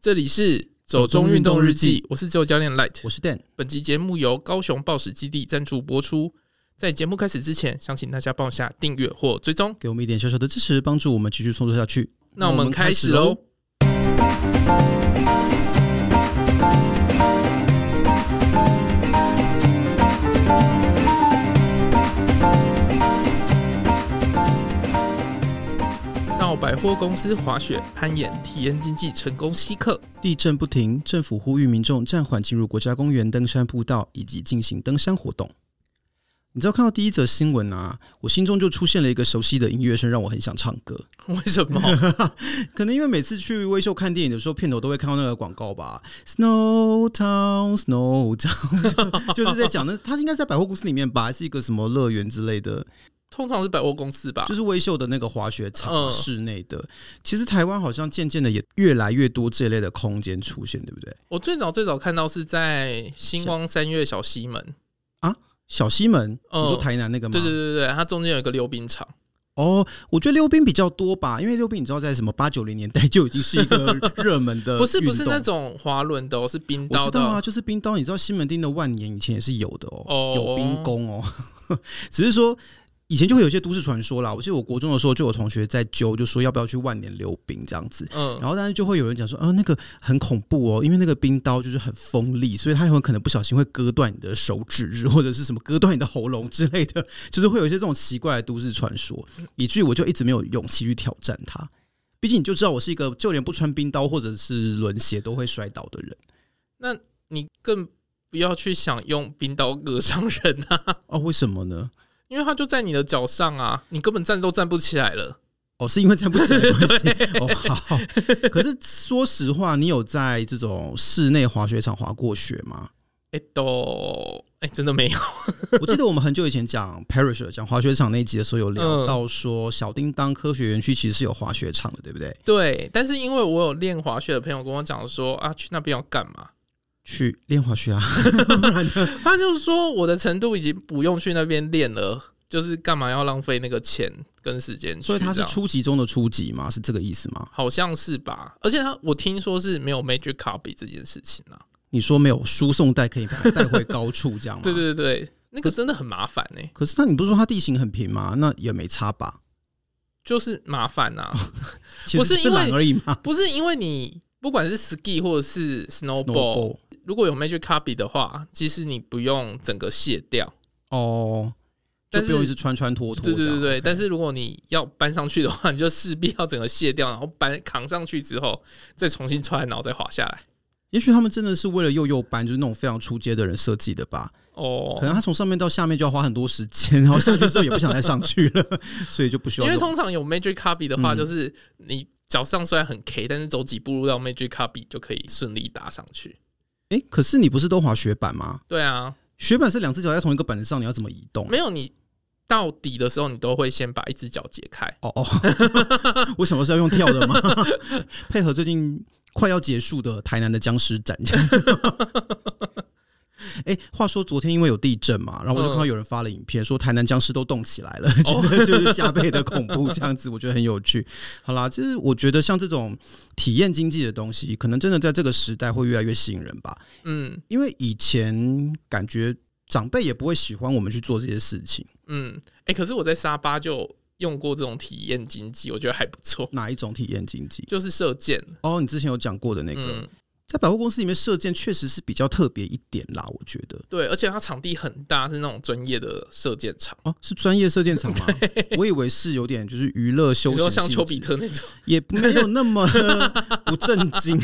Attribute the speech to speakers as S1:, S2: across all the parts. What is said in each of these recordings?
S1: 这里是走中运动日记，我是自由教练 Light。
S2: 我是 Dan，
S1: 本集节目由高雄报史基地赞助播出。在节目开始之前，想请大家帮我下订阅或追踪。
S2: 给我们一点小小的支持，帮助我们继续创作下去。
S1: 那我们开始喽。。到百货公司滑雪、攀岩，体验经济成功稀客。
S2: 地震不停，政府呼吁民众暂缓进入国家公园登山步道以及进行登山活动。你知道看到第一则新闻啊，我心中就出现了一个熟悉的音乐声，让我很想唱歌。
S1: 为什么？
S2: 可能因为每次去微秀看电影的时候，片头都会看到那个广告吧，Snow Town Snow Town，就就是 在讲那它应该是在百货公司里面吧，还是一个什么乐园之类的，
S1: 通常是百货公司吧
S2: 就。是微秀的那个滑雪场、啊
S1: 嗯
S2: 室内的。其实台湾好像渐渐的也越来越多这类的空间出现，对不对？
S1: 我最早最早看到是在星光三月小西门，
S2: 小西门，
S1: 嗯
S2: 你说台南那个吗？
S1: 对对对对，它中间有一个溜冰场。
S2: 哦，我觉得溜冰比较多吧，因为溜冰你知道，在什么八九零年代就已经是一个 热门的，
S1: 不是不是那。种滑轮的、哦，是冰
S2: 呃我
S1: 刀
S2: 知
S1: 的
S2: 道啊，
S1: 哦。
S2: 就是冰刀，你知道西门町的万年以前也是有的哦，
S1: 哦
S2: 有冰宫哦， 只是说以前就会有一些都市传说啦。我记得我国中的时候就有同学在揪，就说要不要去万年溜冰这样子，
S1: 嗯，
S2: 然后但是就会有人讲说，啊，那个很恐怖哦，因为那个冰刀就是很锋利，所以它有可能不小心会割断你的手指，或者是什么割断你的喉咙之类的，就是会有一些这种奇怪的都市传说，以至于我就一直没有勇气去挑战它。毕竟你就知道我是一个就连不穿冰刀或者是轮鞋都会摔倒的人
S1: 你更不要去想用冰刀割伤人啊，
S2: 哦，为什么呢？
S1: 因为它就在你的脚上啊，你根本站都站不起来了。
S2: 哦，是因为 站不起来的关系哦。好，可是说实话，你有在这种室内滑雪场滑过雪吗？
S1: 哎、都哎、真的没有。
S2: 我记得我们很久以前讲 Parish 讲滑雪场那一集的时候，有
S1: 嗯
S2: 聊到说小叮当科学园区其实是有滑雪场的，对不对？
S1: 对，但是因为我有练滑雪的朋友跟我讲说啊，去那边要干嘛？
S2: 去练滑雪啊，不然呢？
S1: 他就是说我的程度已经不用去那边练了，就是干嘛要浪费那个钱跟时间去这
S2: 所以
S1: 样？
S2: 它是初级中的初级嘛，是这个意思吗？
S1: 好像是吧？而且他我听说是没有 magic copy 这件事情啊。
S2: 你说没有输送带可以把它带回高处这样 吗？
S1: 对。对对对，那个真的很麻烦欸呢、
S2: 可是那你不是说它地形很平吗？那也没差吧？
S1: 就是麻烦 呐、
S2: 其
S1: 不
S2: 实
S1: 是因为
S2: 懒而已嘛。
S1: 不是因为你不管是 ski 或者是 snowball，
S2: Snowball
S1: 如果有 magic copy 的话，其实你不用整个卸掉。
S2: 哦，就
S1: 但是
S2: 不用一直穿穿脱脱这
S1: 对
S2: 样。
S1: 对对对，但是如果你要搬上去的话，你就势必要整个卸掉，然后搬扛上去之后再重新穿，然后再滑下来。
S2: 也许他们真的是为了幼幼班，就是那种非常出街的人设计的吧。可
S1: 哦，
S2: 能他从上面到下面就要花很多时间，然后下去之后也不想再上去了， 所以就不需要
S1: 因
S2: 这
S1: 为
S2: 种。
S1: 通常有 magic copy 的话，
S2: 嗯
S1: 就是你脚上虽然很 K，但是走几步路到 magic copy 就可以顺利搭上去。
S2: 哎、可是你不是都滑雪板吗？
S1: 对啊，
S2: 雪板是两只脚在同一个板子上，你要怎么移动？
S1: 没有你到底的时候，你都会先把一只脚解开。
S2: 哦哦， 我想说是要用跳的吗？配合最近快要结束的台南的僵尸展。 哎、话说昨天因为有地震嘛，然后我就看到有人发了影片，说台南僵尸都动起来了，觉得就是加倍的恐怖这样子，我觉得很有趣。 好啦，就是我觉得像这种体验经济的东西，可能真的在这个时代会越来越吸引人吧。
S1: 嗯
S2: 因为以前感觉长辈也不会喜欢我们去做这些事情，
S1: 嗯，哎、可是我在沙巴就用过这种体验经济，我觉得还不错，
S2: 哪一种体验经济？
S1: 就是射箭。
S2: 哦，你之前有讲过的那个，
S1: 嗯，
S2: 在百货公司里面射箭确实是比较特别一点啦，我觉得。
S1: 对，而且它场地很大，是那种专业的射箭场，
S2: 哦，是专业射箭场 吗？我以为是有点就是娱乐
S1: 比
S2: 休
S1: 如
S2: 闲
S1: 说
S2: 性
S1: 像
S2: 质，
S1: 丘比特那种。
S2: 也没有那么不正经。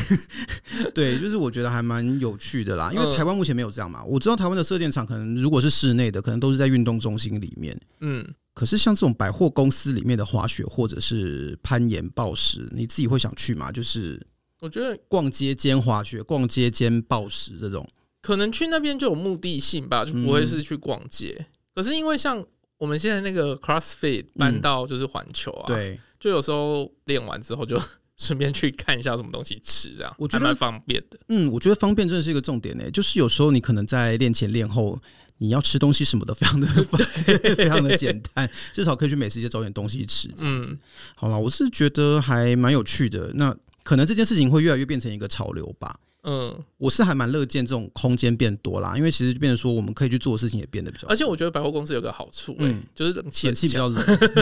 S2: 对，就是我觉得还蛮有趣的啦，因
S1: 嗯
S2: 为台湾目前没有这样嘛。我知道台湾的射箭场可能如果是室内的，可能都是在运动中心里面，
S1: 嗯，
S2: 可是像这种百货公司里面的滑雪或者是攀岩、暴食，你自己会想去吗？就是
S1: 我觉得
S2: 逛街兼滑雪、逛街兼暴食这种。
S1: 可能去那边就有目的性
S2: 嗯
S1: 吧，就不会是去逛街。可是因为像我们现在那个 CrossFit 搬到就是环球啊，，
S2: 嗯对，
S1: 就有时候练完之后就顺便去看一下什么东西吃，这样
S2: 我觉
S1: 还
S2: 得
S1: 蛮方便的。
S2: 嗯，我觉得方便真的是一个重点呢、欸就是有时候你可能在练前练后，你要吃东西什么的，非常的 非常的简单，至少可以去美食街找点东西吃这样子。
S1: 嗯
S2: 好了，我是觉得还蛮有趣的。那可能这件事情会越来越变成一个潮流吧。
S1: 嗯，
S2: 我是还蛮乐见这种空间变多啦，因为其实就变成说我们可以去做的事情也变得比较
S1: 而。且我觉得百货公司有个好处、欸，
S2: 啊嗯
S1: 就是冷气很
S2: 冷气比
S1: 强。
S2: 较冷，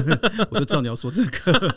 S2: 我就知道你要说这个。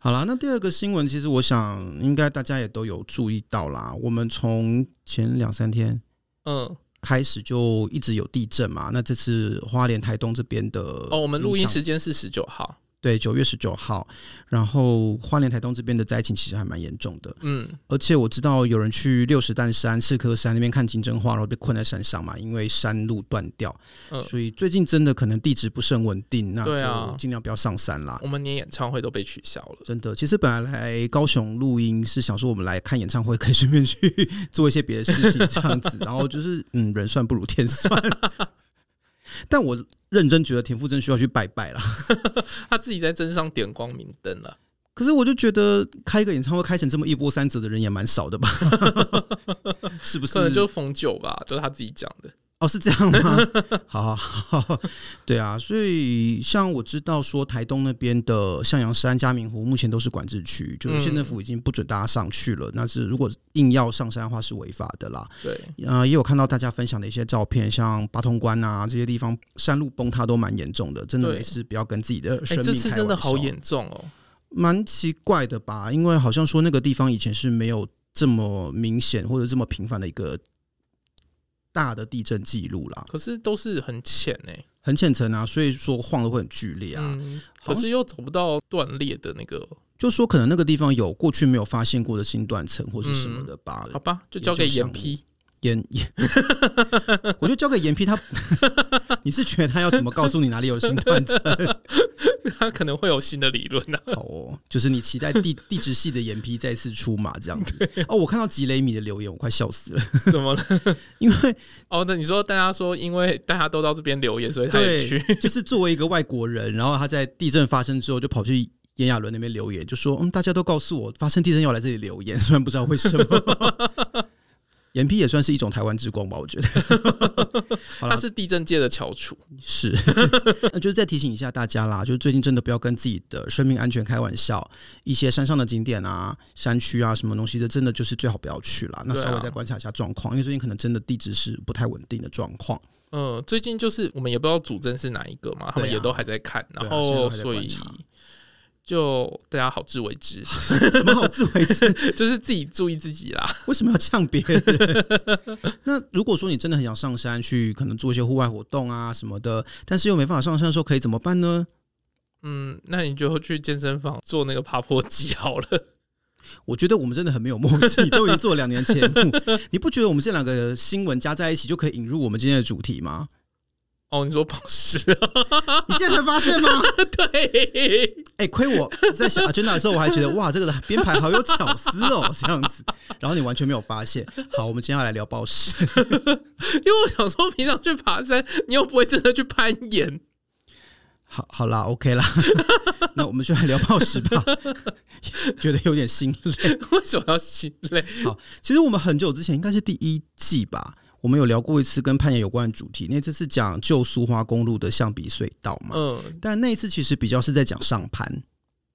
S2: 好啦，那第二个新闻，其实我想应该大家也都有注意到啦。我们从前两三天
S1: 嗯，
S2: 开始就一直有地震嘛，那这次花莲、台东这边的
S1: 哦，我们录音
S2: 呃影响
S1: 时间是十九号。
S2: 对九月十九号，然后花莲、台东这边的灾情其实还蛮严重的，
S1: 嗯，
S2: 而且我知道有人去六十担山、赤科山那边看金针花，然后被困在山上嘛，因为山路断掉，
S1: 嗯
S2: 所以最近真的可能地质不是很稳定，那
S1: 对啊
S2: 就尽量不要上山啦。
S1: 我们连演唱会都被取消了。
S2: 真的，其实本来来高雄录音是想说我们来看演唱会，可以顺便去做一些别的事情这样子，然后就是嗯，人算不如天算。 但我认真觉得田馥甄需要去拜拜啦。
S1: 他自己在镇上点光明灯啊了。
S2: 可是我就觉得开个演唱会开成这么一波三折的人也蛮少的吧？ 是不是？
S1: 可能就逢九吧，就是他自己讲的。
S2: 哦，是这样吗？ 好好好，对啊，所以像我知道说，台东那边的向阳山、嘉明湖目前都是管制区，就是
S1: 嗯
S2: 县政府已经不准大家上去了。那是如果硬要上山的话，是违法的啦。
S1: 对，
S2: 啊、也有看到大家分享的一些照片，像八通关啊这些地方山路崩塌都蛮严重的，真的
S1: 对
S2: 没事，不要跟自己的
S1: 哎、这
S2: 生命开玩笑。
S1: 次真的好严重哦。
S2: 蛮奇怪的吧？因为好像说那个地方以前是没有这么明显或者这么频繁的一个大的地震记录啦，
S1: 可是都是很浅哎、
S2: 很浅层啊，所以说晃的会很剧烈啊。
S1: 嗯，
S2: 好
S1: 可
S2: 像
S1: 是又走不到断裂的那个，
S2: 就说可能那个地方有过去没有发现过的新断层或是什么的吧。
S1: 好吧，就交给
S2: 呃研
S1: 严
S2: 究项目
S1: 批。
S2: 岩岩，我就交给岩皮他， 你是觉得他要怎么告诉你哪里有新断层？
S1: 他可能会有新的理论啊。
S2: 好哦，就是你期待地地质系的岩皮再次出马这样子。哦，我看到吉雷米的留言，我快笑死了，
S1: 怎么了？
S2: 因为
S1: 哦，那你说大家说，因为大家都到这边留言，所以他也
S2: 对
S1: 去。，
S2: 就是作为一个外国人，然后他在地震发生之后就跑去炎亚纶那边留言，就说：“嗯，大家都告诉我发生地震要来这里留言，虽然不知道为什么。” 岩皮也算是一种台湾之光吧，我觉得。
S1: 他
S2: 好啦，
S1: 是地震界的翘楚。
S2: 是，那就是再提醒一下大家啦，就是最近真的不要跟自己的生命安全开玩笑。一些山上的景点啊、山区啊、什么东西的，真的就是最好不要去啦。那
S1: 对啊
S2: 稍微再观察一下状况，因为最近可能真的地质是不太稳定的状况。
S1: 嗯，最近就是我们也不知道主政是哪一个嘛，他们
S2: 对啊
S1: 也都还在看，
S2: 对啊
S1: 然
S2: 现在都
S1: 后
S2: 还在
S1: 所以
S2: 观察
S1: 就大家好自为之，
S2: 什么好自为之？
S1: 就是自己注意自己啦。
S2: 为什么要呛别人？ 那如果说你真的很想上山去，可能做一些户外活动啊什么的，但是又没办法上山的时候，可以怎么办呢？
S1: 嗯，那你就去健身房做那个爬坡机好了。
S2: 我觉得我们真的很没有默契，都已经做了两年节目，你不觉得我们这两个新闻加在一起就可以引入我们今天的主题吗？
S1: 哦，你说宝石？
S2: 你现在才发现吗？
S1: 对，
S2: 哎、亏我在想 agenda 的时候，我还觉得哇，这个的编排好有巧思哦，这样子，然后你完全没有发现。好，我们今天要来聊暴食。
S1: 因为我想说，平常去爬山，你又不会真的去攀岩。
S2: 好，好啦，OK 啦， 那我们就来聊暴食吧， 觉得有点心累。
S1: 为什么要心累？
S2: 好，其实我们很久之前应该是第一季吧，我们有聊过一次跟攀岩有关的主题，那次是讲旧苏花公路的象鼻隧道嘛。
S1: 嗯
S2: 但那一次其实比较是在讲上攀，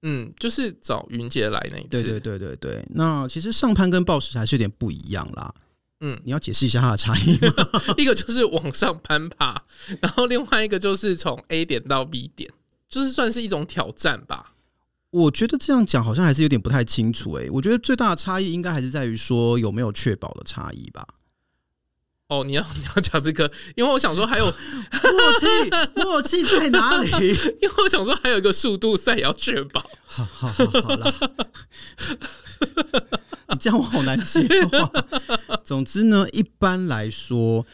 S1: 嗯，就是找云姐来那一次。
S2: 对对对对对。那其实上攀跟暴食还是有点不一样啦。
S1: 嗯，
S2: 你要解释一下它的差异吗？
S1: 一个就是往上攀爬，然后另外一个就是从 A 点到 B 点，就是算是一种挑战吧。
S2: 我觉得这样讲好像还是有点不太清楚诶、我觉得最大的差异应该还是在于说有没有确保的差异吧。
S1: 哦，你要 你要讲这个，因为我想说 还有，
S2: 默契，默契在哪里？
S1: 因为我想说还有一个速度赛也要确 保。
S2: 好好好好啦， 你这样我好难接话。总之呢，一般来说，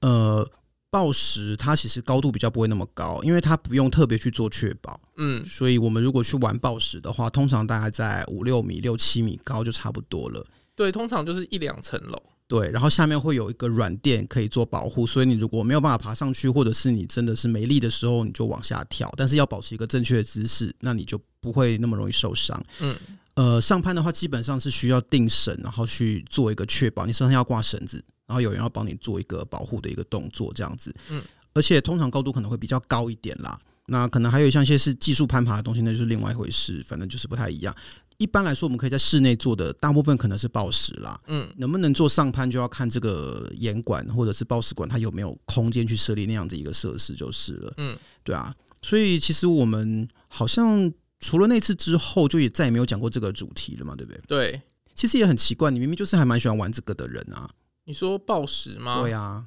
S2: 呃，暴食它其实高度比较不会那么高，因为它不用特别去做确保。
S1: 嗯，
S2: 所以我们如果去玩暴食的话，通常大概在五六米、六七米高就差不多了。
S1: 对，通常就是一两层楼。
S2: 对，然后下面会有一个软垫可以做保护，所以你如果没有办法爬上去，或者是你真的是没力的时候，你就往下跳，但是要保持一个正确的姿势，那你就不会那么容易受伤。
S1: 嗯，
S2: 呃，上攀的话基本上是需要定绳，然后去做一个确保，你身上要挂绳子，然后有人要帮你做一个保护的一个动作，这样子。
S1: 嗯，
S2: 而且通常高度可能会比较高一点啦。那可能还有像一些是技术攀爬的东西，那就是另外一回事，反正就是不太一样。一般来说，我们可以在室内做的大部分可能是暴食啦，
S1: 嗯，
S2: 能不能做上攀就要看这个严管或者是报时馆它有没有空间去设立那样的一个设施就是了。
S1: 嗯，
S2: 对啊，所以其实我们好像除了那次之后，就也再也没有讲过这个主题了嘛，对不对？
S1: 对，
S2: 其实也很奇怪，你明明就是还蛮喜欢玩这个的人啊，
S1: 你说暴食吗？
S2: 对啊，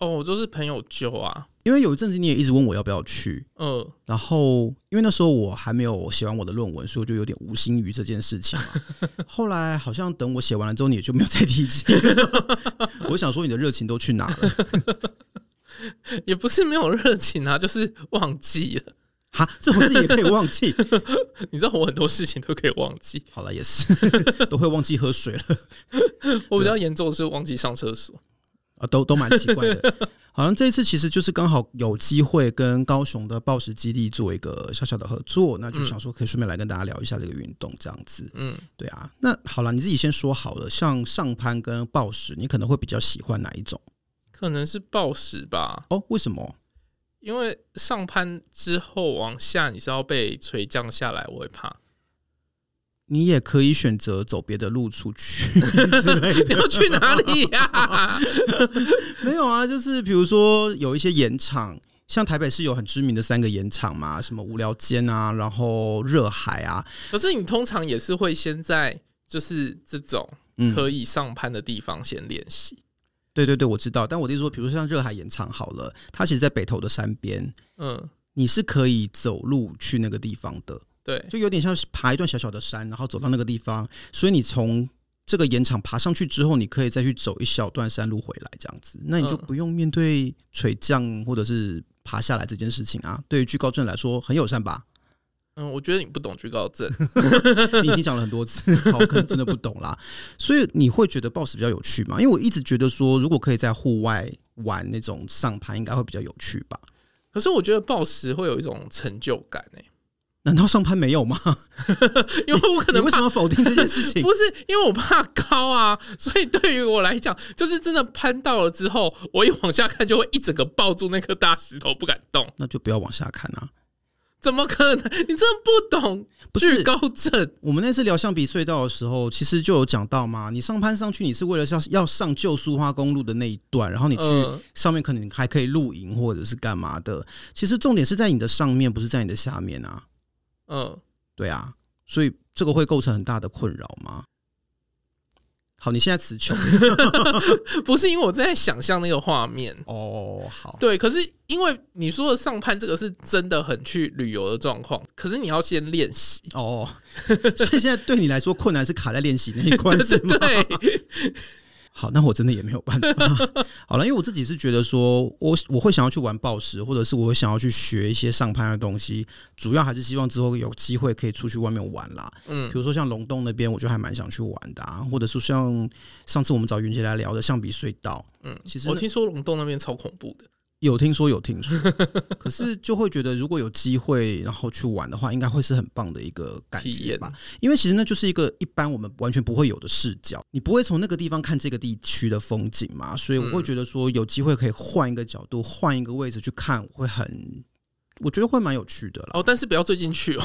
S1: 哦，我都是朋友揪啊，
S2: 因为有一阵子你也一直问我要不要去，
S1: 嗯，
S2: 然后因为那时候我还没有写完我的论文，所以我就有点无心于这件事情嘛。后来好像等我写完了之后，你也就没有再提起。 我想说你的热情都去哪了？
S1: 也不是没有热情啊，就是忘记了。
S2: 哈，这我自己也可以忘记。
S1: 你知道我很多事情都可以忘记，
S2: 好了，也是都会忘记喝水了
S1: 我比较严重的是忘记上厕所。
S2: 啊，都都蛮奇怪的。好像这一次其实就是刚好有机会跟高雄的暴食基地做一个小小的合作，那就想说可以顺便来跟大家聊一下这个运动这样子。
S1: 嗯，
S2: 对啊，那好了，你自己先说好了，像上攀跟暴食，你可能会比较喜欢哪一种？
S1: 可能是暴食吧，
S2: 哦，为什么？
S1: 因为上攀之后往下你是要被垂降下来，我会怕。
S2: 你也可以选择走别的路出去之类
S1: 你
S2: 的。
S1: 要去哪里呀、
S2: 没有啊，就是比如说有一些盐场，像台北市有很知名的三个盐场嘛，什么无聊间啊，然后热海啊，
S1: 可是你通常也是会先在就是这种
S2: 嗯，
S1: 可以上攀的地方先练习。
S2: 对对对，我知道。但我的意思说，比如说像热海盐场好了，它其实在北投的山边，
S1: 嗯，
S2: 你是可以走路去那个地方的，
S1: 对，
S2: 就有点像是爬一段小小的山，然后走到那个地方，所以你从。这个盐场爬上去之后，你可以再去走一小段山路回来，这样子，那你就
S1: 嗯
S2: 不用面对垂降或者是爬下来这件事情啊。对于居高症来说，很友善吧？
S1: 嗯，我觉得你不懂居高症。
S2: 你 已经讲了很多次，好，我可能真的不懂啦。所以你会觉得暴食比较有趣吗？因为我一直觉得说，如果可以在户外玩那种上盘，应该会比较有趣吧？
S1: 可是我觉得暴食会有一种成就感诶、
S2: 难道上盘没有吗？
S1: 因为我可
S2: 你
S1: 能
S2: 为什
S1: 怕
S2: 么要否定这件事情？
S1: 不是因为我怕高啊， 所以对于我来讲，就是真的攀到了之后，我一往下看就会一整个抱住那颗大石头不敢动。
S2: 那就不要往下看啊！
S1: 怎么可能？ 你真的不懂
S2: 不
S1: 惧
S2: 是，
S1: 高症？
S2: 我们那次聊象鼻隧道的时候，其实就有讲到嘛，你上攀上去，你是为了要要上旧苏花公路的那一段，然后你去
S1: 嗯
S2: 上面可能还可以露营或者是干嘛的。其实重点是在你的上面，不是在你的下面啊。
S1: 嗯，
S2: 对啊，所以这个会构成很大的困扰吗？好，你现在 词穷
S1: 不是因为我正在想象那个画面。
S2: 哦，好，
S1: 对，可是因为你说的上攀这个是真的很去旅游的状况，可是你要先练习。
S2: 哦， 所以现在对你来说困难是卡在练习那一关是吗？
S1: 对对 对，
S2: 好，那我真的也没有办法。 好了，因为我自己是觉得说，我我会想要去玩暴食，或者是我会想要去学一些上攀的东西，主要还是希望之后有机会可以出去外面玩啦。
S1: 嗯
S2: 比如说像龙洞那边，我就还蛮想去玩的、啊，或者是像上次我们找云杰来聊的象鼻隧道，
S1: 嗯，
S2: 其实
S1: 我听说龙洞那边超恐怖的。
S2: 有听说有听说， 可是就会觉得如果有机会然后去玩的话，应该会是很棒的一个感
S1: 体
S2: 觉
S1: 验
S2: 吧。因为其实那就是一个一般我们完全不会有的视角，你不会从那个地方看这个地区的风景嘛，所以我会觉得说有机会可以换一个角度、换一个位置去看，会很，我觉得会蛮有趣的啦。
S1: 哦，但是不要最近去哦，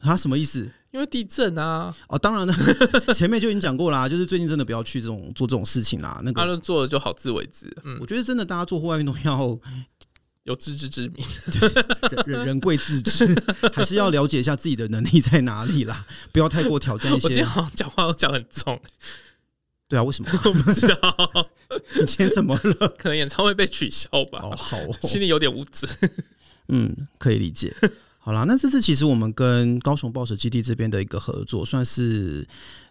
S2: 啊，什么意思？
S1: 因为地震啊，
S2: 哦，当然了， 前面就已经讲过啦，就是最近真的不要去这种做这种事情啦。那
S1: 阿
S2: 个，
S1: 伦做了就好自为之。嗯
S2: 我，觉得真的大家做户外运动要
S1: 有自知之明。
S2: 人人人贵自知， 还是要了解一下自己的能力在哪里啦，不要太过挑战一
S1: 我今天
S2: 些。
S1: 好像讲话都讲很重，
S2: 对啊，为什么？
S1: 我不知道，
S2: 你今天怎么了？
S1: 可能演唱会被取消吧，
S2: 哦，好哦，
S1: 心里有点无知。
S2: 嗯，可以理解。 好啦，那这次其实我们跟高雄暴水基地这边的一个合作，算是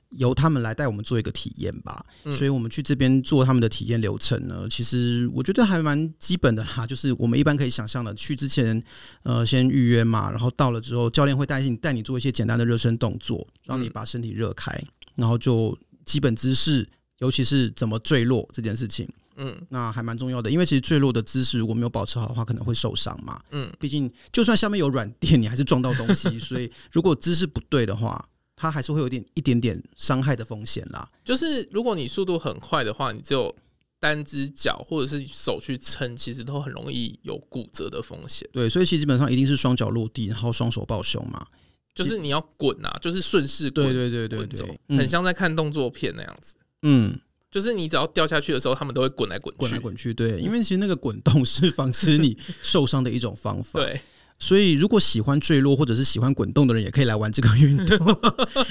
S2: 由他们来带我们做一个体验吧。
S1: 嗯
S2: 所以我们去这边做他们的体验流程呢，其实我觉得还蛮基本的哈，就是我们一般可以想象的，去之前呃先预约嘛，然后到了之后，教练会带你带你做一些简单的热身动
S1: 嗯
S2: 作，让你把身体热开，然后就基本姿势，尤其是怎么坠落这件事情。
S1: 嗯
S2: 那还蛮重要的，因为其实坠落的姿势如果没有保持好的话，可能会受伤嘛。
S1: 嗯，
S2: 毕竟就算下面有软垫，你还是撞到东 西，所以如果姿势不对的话，它还是会有点一点点伤害的风险啦。
S1: 就是如果你速度很快的话，你只有单只脚或者是手去撑，其实都很容易有骨折的风险。
S2: 对，所以其实基本上一定是双脚落地，然后双手抱胸嘛。
S1: 就是你要滚啊，就是顺势滚，
S2: 对对对对
S1: 滚走
S2: 对，，
S1: 很
S2: 嗯
S1: 像在看动作片那样子。
S2: 嗯，
S1: 就是你只要掉下去的时候，他们都会滚来滚去，
S2: 滚来滚去，对，因为其实那个滚动是防止你受伤的一种方 法。
S1: 对，
S2: 所以，如果喜欢坠落或者是喜欢滚动的人，也可以来玩这个运 动。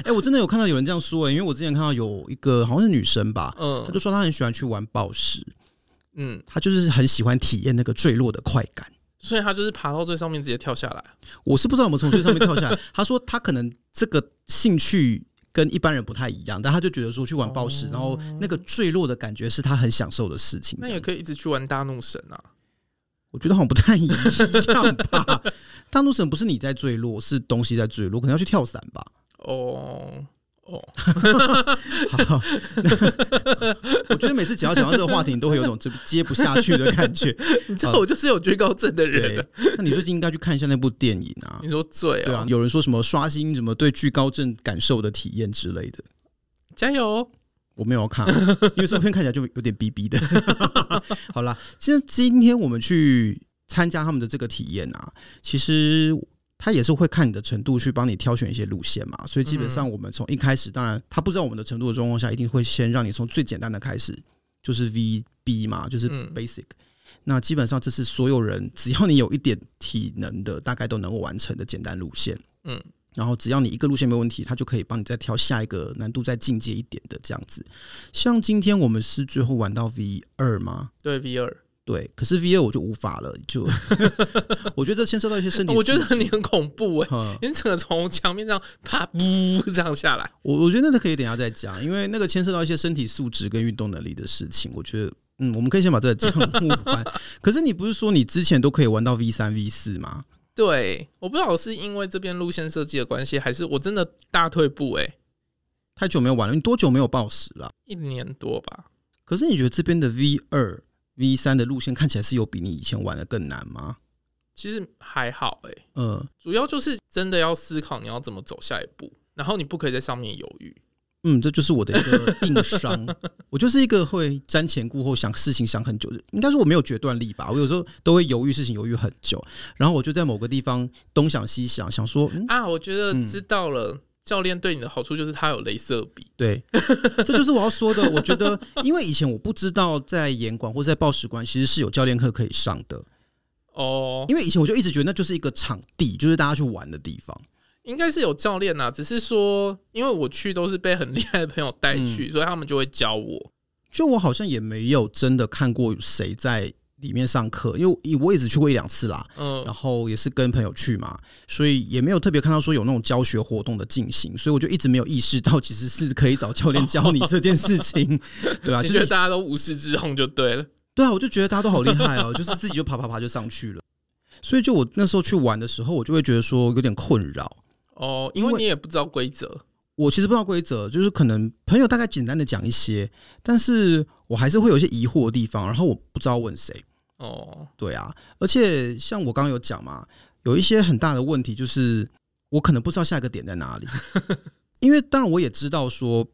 S2: 哎、我真的有看到有人这样说、欸，因为我之前看到有一个好像是女生吧，她
S1: 嗯
S2: 就说她很喜欢去玩暴食，
S1: 嗯，
S2: 她就是很喜欢体验那个坠落的快感。
S1: 所以他就是爬到最上面直接跳下来。
S2: 我是不知道有没有从最上面跳下来。她说她可能这个兴趣跟一般人不太一样，但她就觉得说去玩暴食，然后那个坠落的感觉是她很享受的事情。
S1: 那
S2: 这样
S1: 也可以一直去玩大怒神啊，
S2: 我觉得好像不太一样吧。大怒神不是你在坠落，是东西在坠落，可能要去跳伞吧。
S1: 哦哦，
S2: 好， 我觉得每次只要讲到这个话题，你都会有种接接不下去的感 觉。
S1: 你知道我就是有惧高症的人
S2: 对
S1: 啊，，
S2: 那你最近应该去看一下那部电影啊
S1: 你。说醉哦
S2: 对啊，有人说什么刷新什么对惧高症感受的体验之类的，
S1: 加油！哦
S2: 我没有看，啊 因为这部片看起来就有点逼逼的。 好啦，其实今天我们去参加他们的这个体验啊，其实他也是会看你的程度去帮你挑选一些路线嘛。所以基本上我们从一开始，当然他不知道我们的程度的状况下，一定会先让你从最简单的开始，就是 VB 嘛，就是
S1: 嗯
S2: basic。那基本上这是所有人，只要你有一点体能的，大概都能够完成的简单路线。
S1: 嗯，
S2: 然后只要你一个路线没问题，他就可以帮你再挑下一个难度再进阶一点的这样子。像今天我们是最后玩到 V 二吗？
S1: 对 V 二，
S2: 对，可是 V 二我就无法了，就 我觉得这牵涉到一些身体
S1: 哦
S2: 素
S1: 我
S2: 质。
S1: 觉得你很恐怖哎、
S2: 嗯，
S1: 你整个从墙面上啪噗这样下来，
S2: 我我觉得那可以等一下再讲，因为那个牵涉到一些身体素质跟运动能力的事情。我觉得，嗯，我们可以先把这个讲 完。可是你不是说你之前都可以玩到 V 三、V 四吗？
S1: 对，我不知道是因为这边路线设计的关系，还是我真的大退步哎、
S2: 太久没有玩了，你多久没有暴食了？
S1: 一年多吧。
S2: 可是你觉得这边的 V 二、V 三的路线看起来是有比你以前玩的更难吗？
S1: 其实还好哎、
S2: 呃，
S1: 主要就是真的要思考你要怎么走下一步，然后你不可以在上面犹豫。
S2: 嗯，这就是我的一个硬伤。我就是一个会瞻前顾后想事情想很久的，应该说我没有决断力吧。我有时候都会犹豫事情，犹豫很久，然后我就在某个地方东想西想，想说，嗯，
S1: 啊，我觉得
S2: 嗯
S1: 知道了。教练对你的好处就是他有镭射笔，
S2: 对，这就是我要说的。我觉得，因为以前我不知道在严管或在报时馆其实是有教练课可以上的，
S1: 哦，
S2: 因为以前我就一直觉得那就是一个场地，就是大家去玩的地方。
S1: 应该是有教练呐、只是说因为我去都是被很厉害的朋友带
S2: 嗯
S1: 去，所以他们就会教我。
S2: 就我好像也没有真的看过谁在里面上课，因为我也只去过一两次啦。
S1: 嗯、
S2: 然后也是跟朋友去嘛，所以也没有特别看到说有那种教学活动的进行，所以我就一直没有意识到其实是可以找教练教你这件事情，对啊，
S1: 你
S2: 就
S1: 觉得
S2: 是
S1: 大家都无师自通就对了。
S2: 对啊，我就觉得大家都好厉害哦， 就是自己就爬爬爬就上去了，所以就我那时候去玩的时候，我就会觉得说有点困扰。
S1: 哦，因
S2: 因
S1: 为
S2: 为
S1: 你也不知道规则，
S2: 我其实不知道规则，就是可能朋友大概简单的讲一些，但是我还是会有一些疑惑的地方，然后我不知道问谁。
S1: 哦，
S2: 对啊，而且像我刚刚有讲嘛，有一些很大的问题就是我可能不知道下一个点在哪里，因为当然我也知道说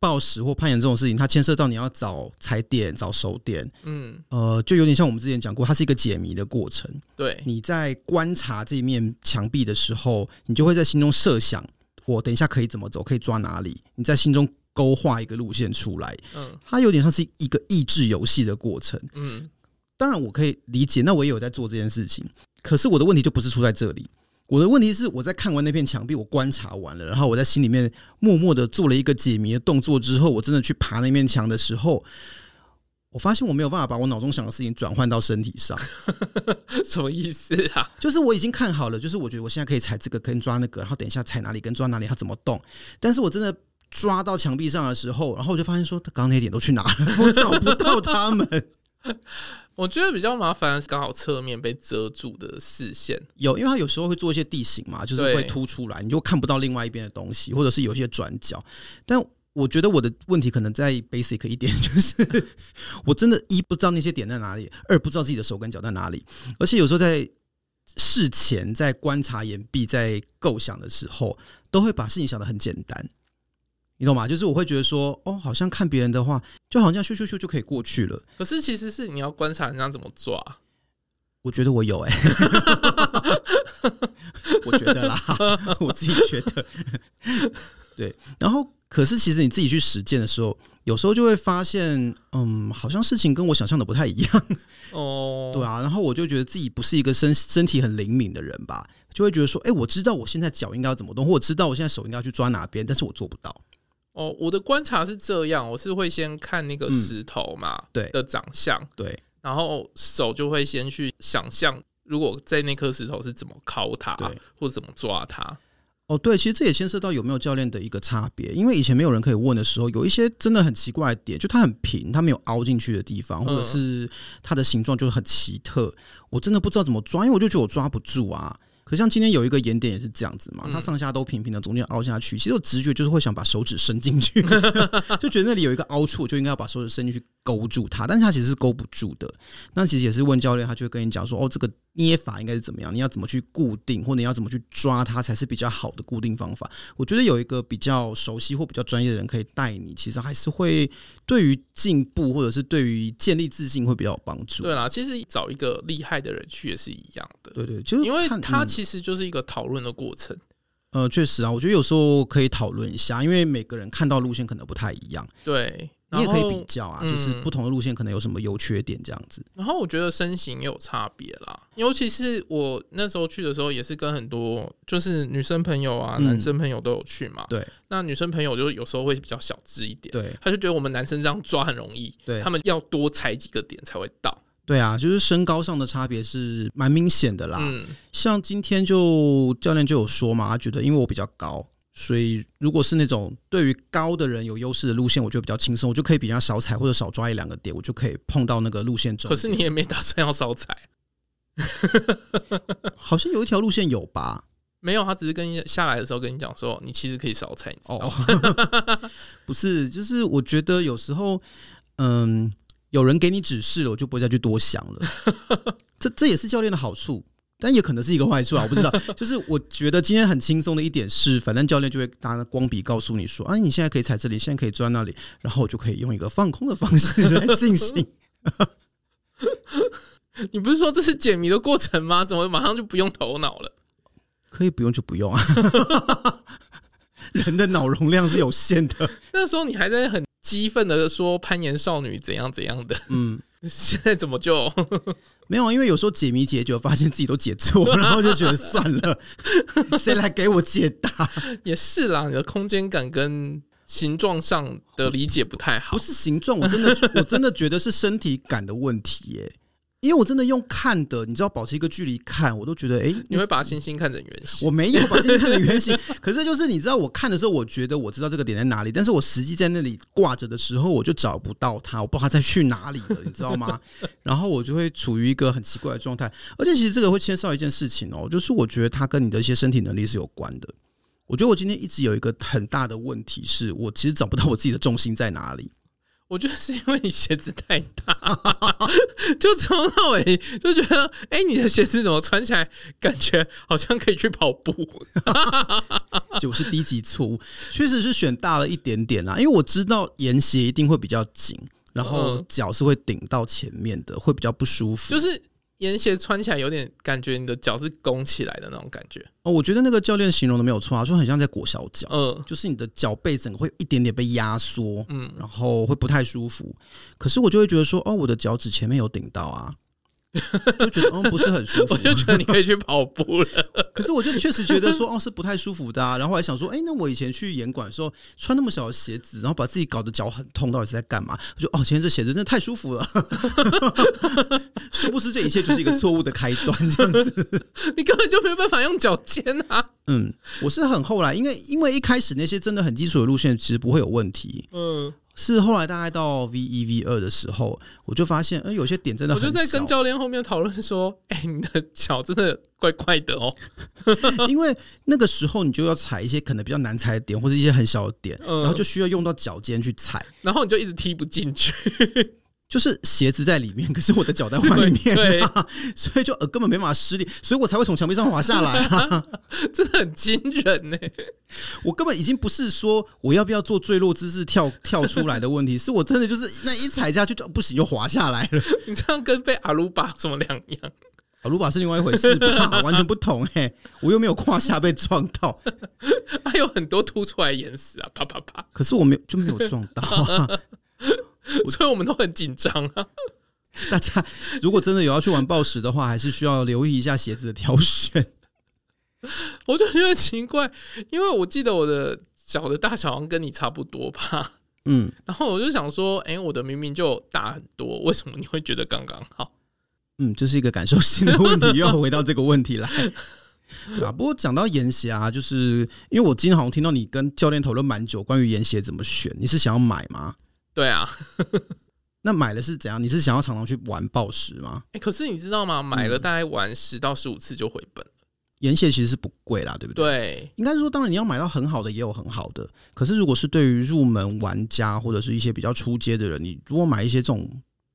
S2: 暴食或攀岩这种事情，它牵涉到你要找踩点、找手点，
S1: 嗯，
S2: 呃，就有点像我们之前讲过，它是一个解谜的过程。
S1: 对，
S2: 你在观察这面墙壁的时候，你就会在心中设想，我等一下可以怎么走，可以抓哪里，你在心中勾画一个路线出来，
S1: 嗯
S2: 它有点像是一个益智游戏的过程。
S1: 嗯，
S2: 当然我可以理解，那我也有在做这件事情。可是我的问题就不是出在这里，我的问题是我在看完那片墙壁，我观察完了，然后我在心里面默默的做了一个解谜的动作之后，我真的去爬那面墙的时候，我发现我没有办法把我脑中想的事情转换到身体上。
S1: 什么意思啊？
S2: 就是我已经看好了，就是我觉得我现在可以踩这个跟抓那个，然后等一下踩哪里跟抓哪里，它怎么动。但是我真的抓到墙壁上的时候，然后我就发现说，刚刚那点都去哪了？ 我找不到他们。
S1: 我觉得比较麻烦，刚好侧面被遮住的视线，
S2: 有，因为它有时候会做一些地形嘛，就是
S1: 对
S2: 会凸出来，你就看不到另外一边的东西，或者是有一些转角。但我觉得我的问题可能在 basic 一点， 就是我真的一不知道那些点在哪里，二不知道自己的手跟脚在哪里，而且有时候在事前在观察岩壁、在构想的时候，都会把事情想得很简单。你懂吗？就是我会觉得说，哦，好像看别人的话，就好像咻咻咻就可以过去了。
S1: 可是其实是你要观察人家怎么抓。
S2: 我觉得我有哎、欸 我觉得啦，我自己觉得。对，然后可是其实你自己去实践的时候，有时候就会发现，嗯，好像事情跟我想象的不太一样。
S1: 哦，
S2: 对啊，然后我就觉得自己不是一个身身体很灵敏的人吧，就会觉得说，哎、我知道我现在脚应该要怎么动，或我知道我现在手应该要去抓哪边，但是我做不到。
S1: 哦，我的观察是这样，我是会先看那个石头嘛，
S2: 嗯对
S1: 的长相，
S2: 对
S1: 然后手就会先去想象，如果在那颗石头是怎么敲它
S2: 对，
S1: 或者怎么抓它。
S2: 哦，对，其实这也牵涉到有没有教练的一个差别，因为以前没有人可以问的时候，有一些真的很奇怪的点，就它很平，它没有凹进去的地方，或者
S1: 嗯
S2: 是它的形状就是很奇特，我真的不知道怎么抓，因为我就觉得我抓不住啊。可像今天有一个眼点也是这样子嘛，它
S1: 嗯
S2: 上下都平平的，中间凹下去，其实我直觉就是会想把手指伸 进去，就觉得那里有一个凹处，我就应该要把手指伸进去勾住它，但是它其实是勾不住的。那其实也是问教练，他就会跟你讲说，哦，这个捏法应该是怎么样，你要怎么去固定，或者你要怎么去抓它才是比较好的固定方法。我觉得有一个比较熟悉或比较专业的人可以带你，其实还是会对于进步或者是对于建立自信会比较有帮助。
S1: 对啦，其实找一个厉害的人去也是一样的，
S2: 对对，就是
S1: 因为
S2: 看
S1: 它
S2: 嗯
S1: 其实就是一个讨论的过程。
S2: 呃，确实啊，我觉得有时候可以讨论一下，因为每个人看到路线可能不太一样，
S1: 对，
S2: 你
S1: 然
S2: 也可以
S1: 后
S2: 比较啊，就是
S1: 嗯
S2: 不同的路线可能有什么优缺点这样子。
S1: 然后我觉得身形也有差别啦，尤其是我那时候去的时候，也是跟很多就是女生朋友啊、
S2: 嗯
S1: 男生朋友都有去嘛。
S2: 对，
S1: 那女生朋友就有时候会比较小只一点，
S2: 对
S1: 她就觉得我们男生这样抓很容易，
S2: 对
S1: 他们要多踩几个点才会到。
S2: 对啊，就是身高上的差别是蛮明显的啦。
S1: 嗯，
S2: 像今天就教练就有说嘛，他觉得因为我比较高，所以如果是那种对于高的人有优势的路线，我就比较轻松，我就可以比人家少踩或者少抓一两个点，我就可以碰到那个路线中
S1: 可
S2: 点。
S1: 是你也没打算要少踩，
S2: 好像有一条路线有吧？
S1: 没有，他只是跟你下来的时候跟你讲说，你其实可以少踩，你知道吗
S2: 哦， 不是，就是我觉得有时候，嗯，有人给你指示了，我就不会再去多想了。这这也是教练的好处。但也可能是一个坏处啊，我不知道。就是我觉得今天很轻松的一点是，反正教练就会拿光笔告诉你说：“啊，你现在可以踩这里，现在可以钻那里。”然后我就可以用一个放空的方式来进行。
S1: 你不是说这是解谜的过程吗？怎么马上就不用头脑了？
S2: 可以不用就不用啊， 人的脑容量是有限的。
S1: 那时候你还在很激愤的说攀岩少女怎样怎样的，
S2: 嗯，
S1: 现在怎么就？
S2: 没有，啊，因为有时候解谜解久，发现自己都解 错，然后就觉得算了，谁来给我解答？
S1: 也是啦，你的空间感跟形状上的理解不太好
S2: 不。是形状，我真的 我真的觉得是身体感的问题耶、因为我真的用看的，你知道，保持一个距离看，我都觉得哎、诶
S1: 你会把星星看成圆形，
S2: 我没有把现在看的原型，可是就是你知道，我看的时候，我觉得我知道这个点在哪里，但是我实际在那里挂着的时候，我就找不到它，我不知道它在去哪里了，你知道吗？然后我就会处于一个很奇怪的状态，而且其实这个会牵涉到一件事情哦，就是我觉得它跟你的一些身体能力是有关的。我觉得我今天一直有一个很大的问题，是我其实找不到我自己的重心在哪里。
S1: 我觉得是因为你鞋子太大， 就从头到尾就觉得，哎、你的鞋子怎么穿起来感觉好像可以去跑步？
S2: 结果是低级错误，确实是选大了一点点啦。因为我知道沿鞋一定会比较紧，然后
S1: 嗯
S2: 脚是会顶到前面的，会比较不舒服。
S1: 就是沿鞋穿起来有点感觉你的脚是弓起来的那种感觉。
S2: 哦，我觉得那个教练形容的没有错啊，说很像在裹小脚，
S1: 嗯
S2: 就是你的脚背整个会有一点点被压缩，
S1: 嗯，
S2: 然后会不太舒服。可是我就会觉得说，哦，我的脚趾前面有顶到啊，就觉得嗯不是很舒服
S1: 我。就觉得你可以去跑步 了。
S2: 可是我就确实觉得说，哦是不太舒服的啊。然后还想说，哎，那我以前去严管的时候穿那么小的鞋子，然后把自己搞得脚很痛，到底是在干嘛？我就哦，今天这鞋子真的太舒服了。殊不知这一切就是一个错误的开端，这样 子。
S1: 你根本就没有办法用脚尖啊。
S2: 嗯，我是很后来，因为因为一开始那些真的很基础的路线其实不会有问题，
S1: 嗯，
S2: 是后来大概到 V 一 V 二的时候，我就发现，呃，有些点真的
S1: 我
S2: 很
S1: 就在跟
S2: 小，
S1: 教练后面讨论说，哎、你的脚真的怪怪的哦。
S2: 因为那个时候你就要踩一些可能比较难踩的点，或者一些很小的点，
S1: 嗯
S2: 然后就需要用到脚尖去踩，
S1: 然后你就一直踢不进去，
S2: 就是鞋子在里面，可是我的脚在外面、啊， 所以就呃根本没办法施力，所以我才会从墙壁上滑下来、啊。
S1: 真的很惊人欸呢、
S2: 我根本已经不是说我要不要做坠落姿势跳跳出来的问题，是我真的呃就是那一踩下去就不行，又滑下来了。
S1: 你这样跟被阿鲁巴有什么两样？
S2: 啊鲁巴是另外一回事吧，完全不同哎、我又没有胯下被撞到，
S1: 还有很多凸出来岩石啊，啪啪啪，
S2: 可是我没有就没有撞到、啊。
S1: 所以我们都很紧张啊。
S2: 大家如果真的有要去玩暴食的话，还是需要留意一下鞋子的挑选。
S1: 我就觉得奇怪，因为我记得我的脚的大小好像跟你差不多吧，
S2: 嗯，
S1: 然后我就想说，哎、我的明明就大很多，为什么你会觉得刚刚好？
S2: 嗯，这是一个感受性的问题，又回到这个问题来。对啊，不过讲到沿鞋啊，就是因为我今天好像听到你跟教练讨论蛮久关于沿鞋怎么选，你是想要买吗？
S1: 对啊，
S2: 那买了是怎样？你是想要常常去玩暴食吗？
S1: 哎、可是你知道吗？买
S2: 嗯
S1: 了大概玩十到十五次就回本了。
S2: 沿鞋其实是不贵啦，对不对？
S1: 对，
S2: 应该说，当然你要买到很好的也有很好的，可是如果是对于入门玩家或者是一些比较出街的人，你如果买一些这种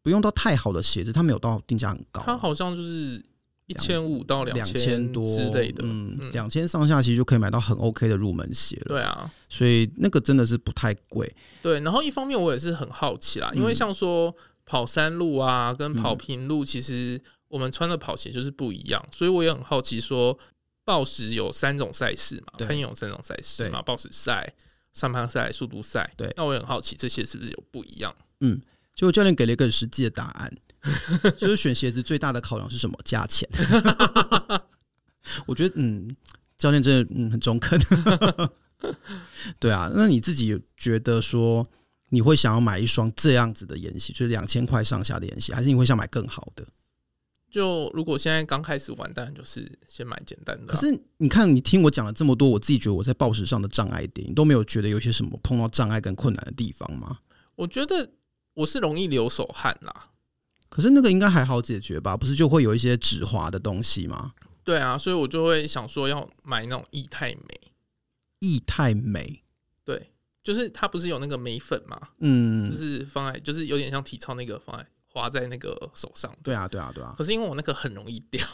S2: 不用到太好的鞋子，它没有到定价很高啊，
S1: 它好像就是一千五到
S2: 两
S1: 千
S2: 多
S1: 之类的。
S2: 嗯，两千上下其实就可以买到很 OK 的入门鞋了。
S1: 对啊，
S2: 所以那个真的是不太贵。
S1: 对。然后一方面我也是很好奇啦，因
S2: 嗯
S1: 为像说跑山路啊，跟跑平路，其实我们穿的跑鞋就是不一样，所以我也很好奇说，暴食有三种赛事嘛，
S2: 对
S1: 攀岩有三种赛事嘛，暴食赛、上攀赛、速度赛。
S2: 对
S1: 那我也很好奇这些是不是有不一样？
S2: 结果教练给了一个很实际的答案， 就是选鞋子最大的考量是什么？价钱。 我觉得，嗯，教练真的嗯很中肯。 对啊，那你自己有觉得说你会想要买一双这样子的沿鞋，就是两千块上下的沿鞋，还是你会想买更好的？
S1: 就如果现在刚开始玩，当然就是先买简单的啊、
S2: 可是你看，你听我讲了这么多，我自己觉得我在暴食上的障碍点，你都没有觉得有些什么碰到障碍跟困难的地方吗？
S1: 我觉得我是容易流手汗啦。
S2: 可是那个应该还好解决吧？不是就会有一些止滑的东西吗？
S1: 对啊，所以我就会想说要买那种液态酶，
S2: 液态镁，
S1: 对，就是它不是有那个镁粉嘛，就
S2: 嗯，
S1: 是放在，就是有点像体操那个放在滑在那个手上。
S2: 对啊，对啊，对啊，
S1: 可是因为我那个很容易掉，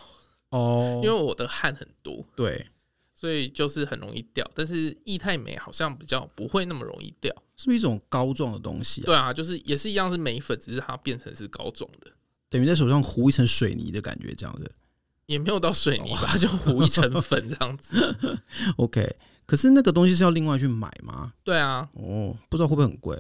S2: 哦
S1: 因为我的汗很多，
S2: 对，
S1: 所以就是很容易掉。但是液态酶好像比较不会那么容易掉。
S2: 是不是一种膏状的东西、啊？
S1: 对啊，就是也是一样是镁粉，只是它变成是膏状的，
S2: 等于在手上糊一层水泥的感觉，这样子。
S1: 也没有到水泥
S2: 哦
S1: 吧，就糊一层粉这样 子。
S2: OK，可是那个东西是要另外去买吗？
S1: 对啊，
S2: 哦，不知道会不会很贵。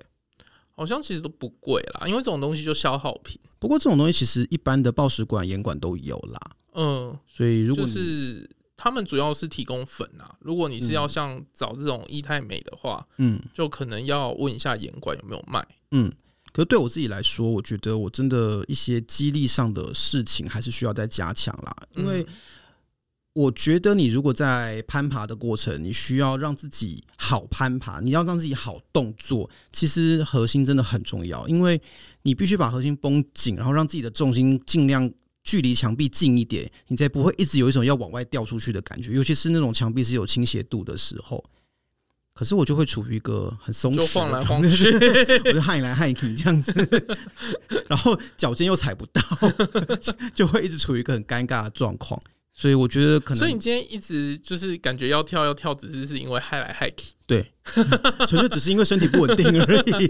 S1: 好像其实都不贵啦，因为这种东西就消耗品。
S2: 不过这种东西其实一般的报食馆、严管都有啦，
S1: 嗯，
S2: 所以如果
S1: 就
S2: 你、
S1: 是他们主要是提供粉啊。如果你是要像找这种液态美的话，
S2: 嗯
S1: 就可能要问一下严管有没有卖。
S2: 嗯，可是对我自己来说，我觉得我真的一些激励上的事情还是需要再加强啦，因为
S1: 嗯
S2: 我觉得你如果在攀爬的过程，你需要让自己好攀爬，你要让自己好动作，其实核心真的很重要，因为你必须把核心绷紧，然后让自己的重心尽量。距离墙壁近一点，你才不会一直有一种要往外掉出去的感觉，尤其是那种墙壁是有倾斜度的时候。可是我就会处于一个很松弛
S1: 就
S2: 的
S1: 晃来
S2: 状
S1: 晃去
S2: 我就害来害去这样子， 然后脚尖又踩不到， 就会一直处于一个很尴尬的状况。所以我觉得可能
S1: 所以你今天一直就是感觉要跳要跳，只是是因为害来害去。
S2: 对，纯粹只是因为身体不稳定而已。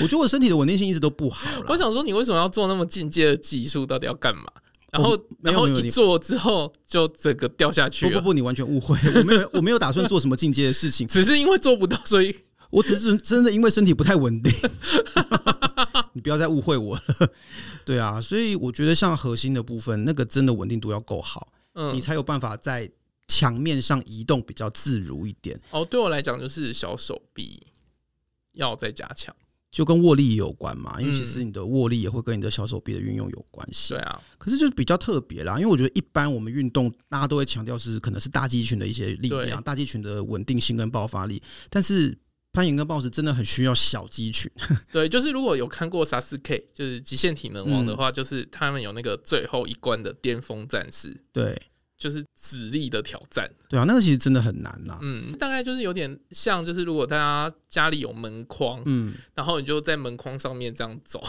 S2: 我觉得我身体的稳定性一直都不好
S1: 我
S2: 了。
S1: 想说，你为什么要做那么进阶的技术？到底要干嘛？然后，
S2: 哦没有
S1: 然后
S2: 没有
S1: 一
S2: 你
S1: 做之后就整个掉下去啊
S2: 不不
S1: 了，
S2: 不，你完全误会，我没有我没有打算做什么进阶的事情，
S1: 只是因为做不到，所以
S2: 我只是真的因为身体不太稳定。 你不要再误会我了。对啊，所以我觉得像核心的部分，那个真的稳定度要够好，你
S1: 嗯，
S2: 才有办法在墙面上移动比较自如一点。
S1: 哦，对我来讲就是小手臂要再加强。
S2: 就跟握力也有关嘛，因为
S1: 嗯
S2: 其实你的握力也会跟你的小手臂的运用有关系。
S1: 对啊，
S2: 可是就是比较特别啦，因为我觉得一般我们运动大家都会强调是可能是大肌群的一些力量，
S1: 对
S2: 大肌群的稳定性跟爆发力，但是攀岩跟暴食真的很需要小肌群。
S1: 对，就是如果有看过《杀四 K》，就是《极限体能王》的
S2: 嗯
S1: 话，就是他们有那个最后一关的巅峰战士，
S2: 对
S1: 就是指力的挑战。
S2: 对啊，那个其实真的很难啦。
S1: 嗯，大概就是有点像，就是如果大家家里有门框，
S2: 嗯，
S1: 然后你就在门框上面这样走，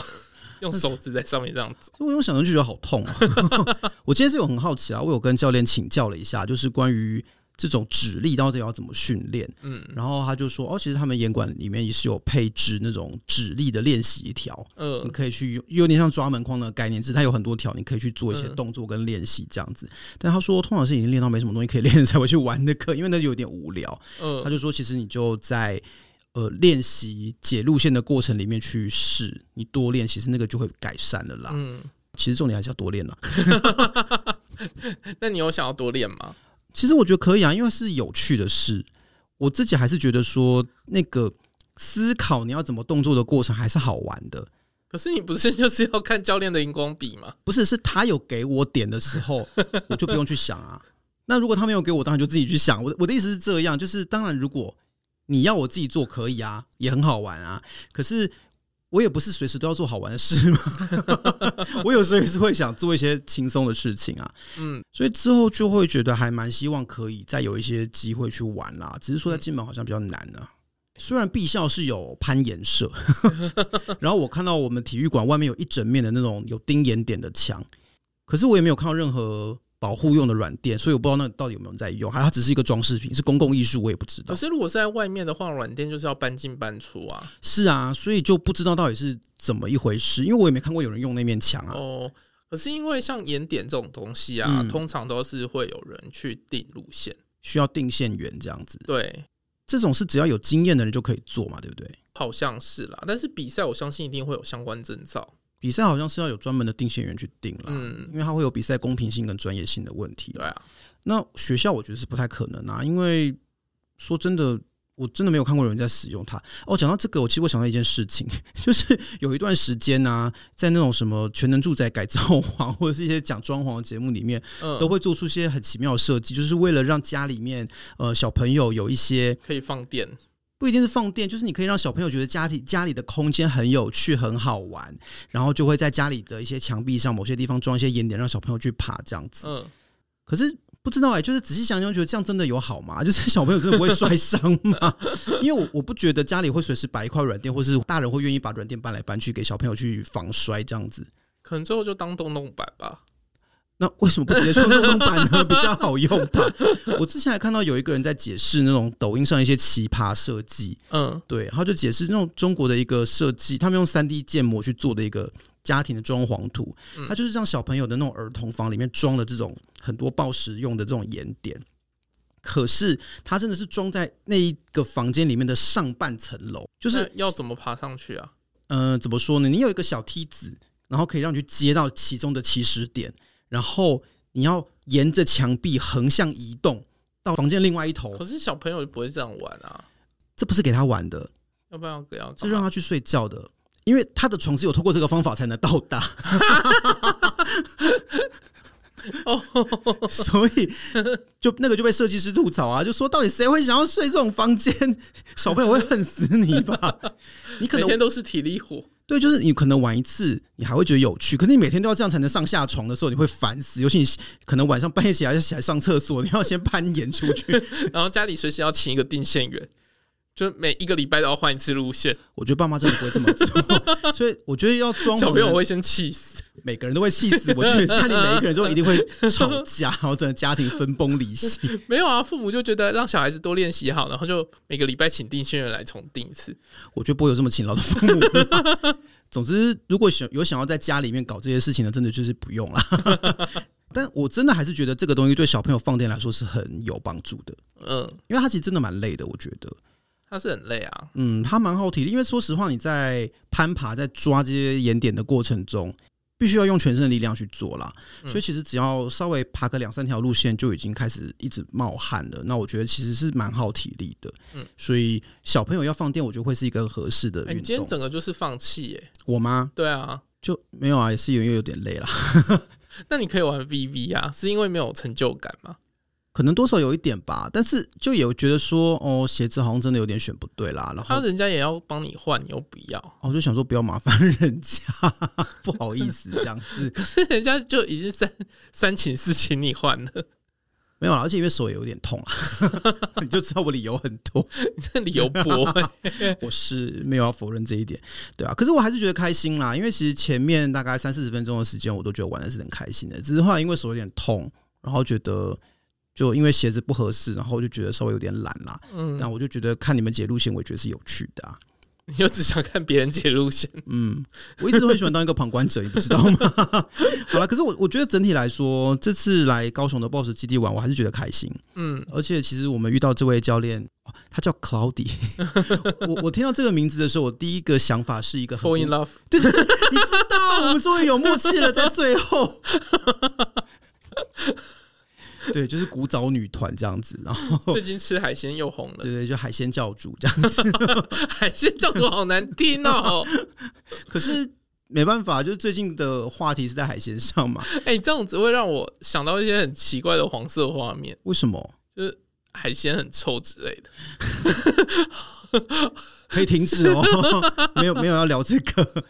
S1: 用手指在上面这样走。
S2: 所以我用想 着就觉得好痛啊。我今天是有很好奇啊，我有跟教练请教了一下，就是关于这种指力到底要怎么训练。
S1: 嗯
S2: 然后他就说，哦，其实他们严管里面也是有配置那种指力的练习条，你
S1: 呃
S2: 可以去用，有点像抓门框的概念，只是它有很多条，你可以去做一些
S1: 嗯
S2: 动作跟练习这样子。但他说，通常是已经练到没什么东西可以练， 才会去玩那课，因为那有点无聊。
S1: 呃
S2: 他，就说，其实你就在呃练习解路线的过程里面去试，你多练，其实那个就会改善了啦。
S1: 嗯，
S2: 其实重点还是要多练啦。
S1: 那你有想要多练吗？
S2: 其实我觉得可以啊，因为是有趣的事。我自己还是觉得说，那个思考你要怎么动作的过程还是好玩的。
S1: 可是你不是 就是要看教练的荧光笔吗？
S2: 不是，是他有给我点的时候，我就不用去想啊。那如果他没有给我，当然就自己去想。我的我的意思是这样，就是当然，如果你要我自己做，可以啊，也很好玩啊。可是我也不是随时都要做好玩的事嘛， 我有时候也是会想做一些轻松的事情啊。
S1: 嗯
S2: 所以之后就会觉得还蛮希望可以再有一些机会去玩啦、只是说在金门好像比较难呢、虽然毕校是有攀岩社， 然后我看到我们体育馆外面有一整面的那种有钉岩点的墙，可是我也没有看到任何保护用的软垫，所以我不知道那到底有没有人在用，还它只是一个装饰品，是公共艺术，我也不知
S1: 可。
S2: 道
S1: 是如果是在外面的话，软垫就是要搬进搬出啊。
S2: 是啊，所以就不知道到底是怎么一回事，因为我也没看过有人用那面墙啊。
S1: 哦，可是因为像岩点这种东西啊，
S2: 嗯
S1: 通常都是会有人去定路线。
S2: 需要定线员这样子，
S1: 对，
S2: 这种是只要有经验的人就可以做嘛，对不对？
S1: 好像是啦。但是比赛我相信一定会有相关证照。
S2: 比赛好像是要有专门的定线员去定啦，
S1: 嗯，
S2: 因为它会有比赛公平性跟专业性的问题。
S1: 对啊，
S2: 那学校我觉得是不太可能啊，因为说真的，我真的没有看过有人在使用它。哦，讲到这个，我其实我想到一件事情， 就是有一段时间呢、啊，在那种什么全能住宅改造网或者是一些讲装潢的节目里面，
S1: 嗯，
S2: 都会做出一些很奇妙的设计，就是为了让家里面呃小朋友有一些
S1: 可以放电。
S2: 不一定是放电，就是你可以让小朋友觉得家里家里的空间很有趣、很好玩，然后就会在家里的一些墙壁上某些地方装一些岩点，让小朋友去爬这样子。
S1: 嗯，
S2: 可是不知道哎、就是仔细想想，觉得这样真的有好吗？ 就是小朋友真的不会摔伤吗？ 因为我我不觉得家里会随时摆一块软垫，或是大人会愿意把软垫搬来搬去给小朋友去防摔这样子。
S1: 可能最后就当洞洞板吧。
S2: 那为什么不直接穿运动板呢？ 比较好用吧。我之前还看到有一个人在解释那种抖音上一些奇葩设计，
S1: 嗯
S2: 对，他就解释那种中国的一个设计，他们用三 D 建模去做的一个家庭的装潢图，
S1: 嗯
S2: 它就是让小朋友的那种儿童房里面装了这种很多报时用的这种岩点。可是它真的是装在那一个房间里面的上半层楼，就
S1: 就是要怎么爬上去啊？
S2: 嗯、呃怎么说呢？你有一个小梯子，然后可以让你去接到其中的起始点，然后你要沿着墙壁横向移动到房间另外一头
S1: 可，是小朋友就不会这样玩啊，
S2: 这不是给他玩的，
S1: 要不然要给要
S2: 是
S1: 干
S2: 让
S1: 嘛
S2: 他去睡觉的，因为他的床只有透过这个方法才能到 达。所以就那个就被设计师吐槽啊，就说到底谁会想要睡这种房间？小朋友会恨死你 吧？你可
S1: 每
S2: 能
S1: 天都是体力活。
S2: 对，就是你可能玩一次，你还会觉得有趣，可是你每天都要这样才能上下床的时候，你会烦死。尤其你可能晚上半夜起来就起来上厕所，你要先攀岩出去，
S1: 然后家里随时要请一个定线员，就每一个礼拜都要换一次路线，
S2: 我觉得爸妈真的不会这么做，所以我觉得要装
S1: 小
S2: 潢
S1: 朋友
S2: 人
S1: 会先气死。
S2: 每个人都会气死，我觉得家里每一个人都一定会吵架，然后整个家庭分崩离析。
S1: 没有啊，父母就觉得让小孩子多练习好，然后就每个礼拜请定线员来重定一次。
S2: 我觉得不会有这么勤劳的父母啦。总之，如果想有想要在家里面搞这些事情的，真的就是不用啦。但我真的还是觉得这个东西对小朋友放电来说是很有帮助的，
S1: 嗯，
S2: 因为他其实真的蛮累的。我觉得，
S1: 他是很累啊。
S2: 嗯，他蛮耗体力，因为说实话，你在攀爬、在抓这些岩点的过程中，必须要用全身的力量去做啦。
S1: 嗯
S2: 所以其实只要稍微爬个两三条路线，就已经开始一直冒汗了。那我觉得其实是蛮耗体力的。
S1: 嗯
S2: 所以小朋友要放电，我觉得会是一个很合适的
S1: 哎、
S2: 运
S1: 你今天
S2: 动。
S1: 整个就是放弃耶、
S2: 我吗？
S1: 对啊，
S2: 就没有啊，也是有因为有点累啦，
S1: 那你可以玩 VV 啊，是因为没有成就感吗？
S2: 可能多少有一点吧。但是就有觉得说，哦，鞋子好像真的有点选不对啦。然后
S1: 他人家也要帮你换，你又不要，
S2: 哦我就想说，不要麻烦人家， 不好意思这样子。
S1: 人家就已经三三请四请你换了，
S2: 没有啦，而且因为手也有点痛啦，你就知道我理由很多，
S1: 你这理由驳回。
S2: 我是没有要否认这一点，对啊。可是我还是觉得开心啦，因为其实前面大概三四十分钟的时间，我都觉得玩的是很开心的，只是后来因为手有点痛，然后觉得就因为鞋子不合适，然后我就觉得稍微有点懒啦。
S1: 嗯，
S2: 但我就觉得看你们解路线，我也觉得是有趣的啊。
S1: 你就只想看别人解路线，
S2: 嗯，我一直都很喜欢当一个旁观者，你不知道吗？好了，可是我我觉得整体来说，这次来高雄的 BOSS 基地玩，我还是觉得开心。
S1: 嗯，
S2: 而且其实我们遇到这位教练，哦他叫 Cloudy。我我听到这个名字的时候，我第一个想法是一个很不
S1: fall in love，
S2: 你知道，我们终于有默契了，在最 后。对，就是古早女团这样子，然后
S1: 最近吃海鲜又红了
S2: 对，对，就海鲜教主这样子。
S1: 海鲜叫什么好难听哦。
S2: 可是没办法，就是最近的话题是在海鲜上嘛？
S1: 哎、这样子会让我想到一些很奇怪的黄色画面，
S2: 为什么
S1: 就是海鲜很臭之类的。
S2: 可以停止哦？ 没有没有要聊这个。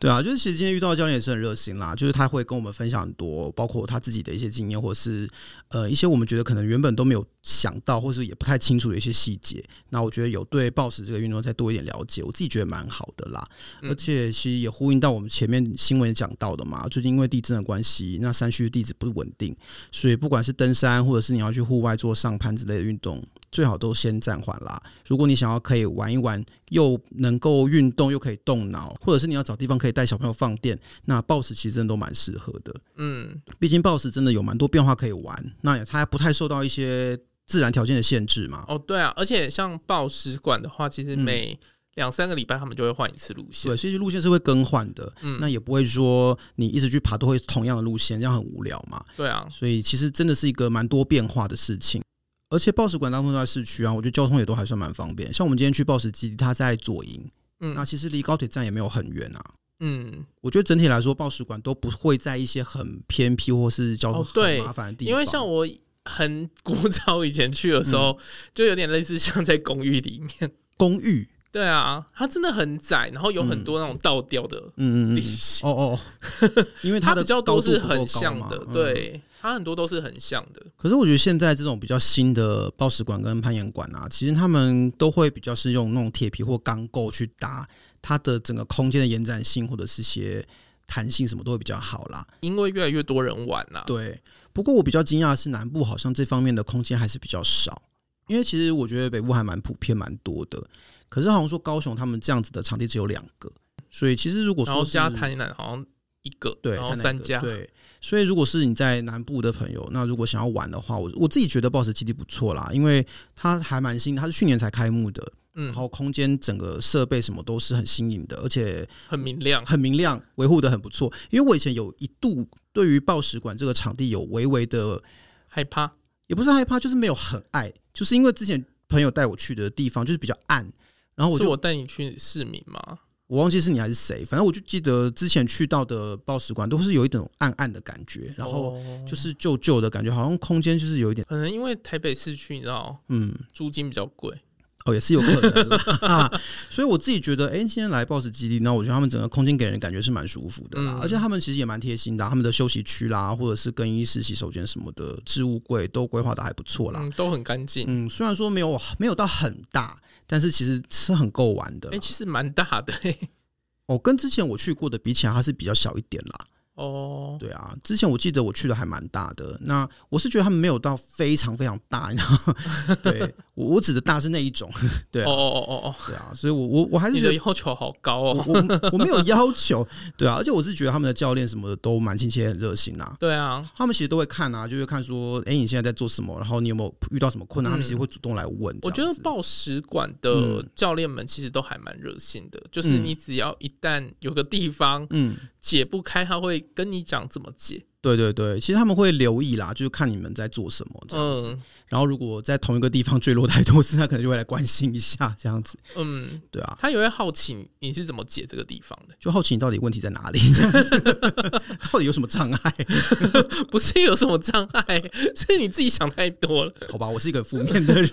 S2: 对啊，就是其实今天遇到的教练也是很热心啦，就是他会跟我们分享很多，包括他自己的一些经验，或是呃一些我们觉得可能原本都没有想到，或是也不太清楚的一些细节。那我觉得有对暴食这个运动再多一点了解，我自己觉得蛮好的啦。
S1: 嗯
S2: 而且其实也呼应到我们前面新闻也讲到的嘛，最近因为地震的关系，那山区的地质不稳定，所以不管是登山或者是你要去户外做上攀之类的运动，最好都先暂缓啦。如果你想要可以玩一玩，又能够运动又可以动脑，或者是你要找地方可以带小朋友放电，那 BOSS 其实真的都蛮适合的。
S1: 嗯，
S2: 毕竟 BOSS 真的有蛮多变化可以玩，那它不太受到一些自然条件的限制嘛。
S1: 哦，对啊，而且像报食馆的话，其实每两三个礼拜他们就会换一次路线
S2: 对，。所以路线是会更换的，
S1: 嗯
S2: 那也不会说你一直去爬都会同样的路线，这样很无聊嘛。
S1: 对啊，
S2: 所以其实真的是一个蛮多变化的事情。而且报石馆当中都在市区啊，我觉得交通也都还算蛮方便。像我们今天去报石基地，它在左营，那
S1: 嗯
S2: 其实离高铁站也没有很远啊。
S1: 嗯，
S2: 我觉得整体来说，报石馆都不会在一些很偏僻或是交通
S1: 哦对
S2: 很麻烦的地方。
S1: 因为像我很古早以前去的时
S2: 嗯
S1: 候，就有点类似像在公寓里面。
S2: 公寓，
S1: 对啊，它真的很窄，然后有很多那种倒吊的
S2: 嗯嗯
S1: 地
S2: 嗯，
S1: 形，
S2: 哦哦，因为
S1: 它
S2: 的
S1: 比较
S2: 高
S1: 都
S2: 度
S1: 是
S2: 不够
S1: 很
S2: 高
S1: 像
S2: 嘛
S1: 的，。
S2: 嗯
S1: 对，它很多都是很像的。
S2: 可是我觉得现在这种比较新的报石馆跟攀岩馆啊，其实他们都会比较是用那种铁皮或钢构去搭，它的整个空间的延展性或者是一些弹性什么都会比较好啦。
S1: 因为越来越多人玩啊啦、
S2: 对，不过我比较惊讶的是南部好像这方面的空间还是比较少，因为其实我觉得北部还蛮普遍蛮多的，可是好像说高雄他们这样子的场地只有两个，所以其实如果
S1: 然
S2: 说
S1: 后
S2: 是
S1: 加台南好像一个，
S2: 对，
S1: 然后
S2: 台南
S1: 三
S2: 的
S1: 家，
S2: 对。所以，如果是你在南部的朋友，那如果想要玩的话，我我自己觉得 BOSS 基地不错啦，因为它还蛮新，它是去年才开幕的，
S1: 嗯
S2: 然，后空间整个设备什么都是很新颖的，而且
S1: 很明亮，
S2: 很明亮，维护的很不错。因为我以前有一度对于报石馆这个场地有微微的，
S1: 害怕，
S2: 也不是害怕，就是没有很爱，就是因为之前朋友带我去的地方就是比较暗，然后我
S1: 是
S2: 就
S1: 我带你去市民嘛，
S2: 我忘记是你还是谁，反正我就记得之前去到的报石馆都是有一种暗暗的感觉，然后。
S1: 哦
S2: 就是旧旧的感觉，好像空间就是有一点，
S1: 可能因为台北市区你知道
S2: 嗯，
S1: 租金比较贵，
S2: 哦，也是有可能啦。 啊所以我自己觉得，哎、今天来 BOSS 基地，那我觉得他们整个空间给人的感觉是蛮舒服的啦，
S1: 嗯
S2: 而且他们其实也蛮贴心的啊、他们的休息区啦，或者是更衣室、洗手间什么的，置物柜都规划的还不错啦。
S1: 嗯，都很干净，
S2: 嗯，虽然说没有没有到很大，但是其实是很够玩的
S1: 哎、。其实蛮大的、嘿
S2: 哦，跟之前我去过的比起来，它是比较小一点啦。
S1: 哦，
S2: 对啊，之前我记得我去的还蛮大的，那我是觉得他们没有到非常非常大，你知道吗？ 对我我指的大是那一种，对
S1: 哦
S2: 啊，
S1: 哦哦哦，
S2: 对啊，所以我我我还是嗯
S1: 你
S2: 觉
S1: 的
S2: 得
S1: 要求好高
S2: 我
S1: 哦，
S2: 我我没有要求，对啊，而且我是觉得他们的教练什么的都蛮亲切、很热心啊。
S1: 对啊，
S2: 他们其实都会看啊，就会看说，哎、你现在在做什么？然后你有没有遇到什么困难？他们其实会主动来问。
S1: 嗯我觉
S2: 这
S1: 得
S2: 样子
S1: 报使馆的教练们其实都还蛮热心的，就是
S2: 嗯
S1: 你只要一旦有个地方
S2: 嗯，
S1: 解不开，他会跟你讲怎么解，
S2: 对对对，其实他们会留意啦，就是看你们在做什么这样子。
S1: 嗯
S2: 然后如果在同一个地方 坠落太多次，他可能就会来关心一下这样子。
S1: 嗯，
S2: 对啊，
S1: 他也会好奇你是怎么解这个地方的，
S2: 就好奇你到底问题在哪里，这样子 到底有什么障碍？
S1: 不是有什么障碍，是你自己想太多了。
S2: 好吧，我是一个负面的人，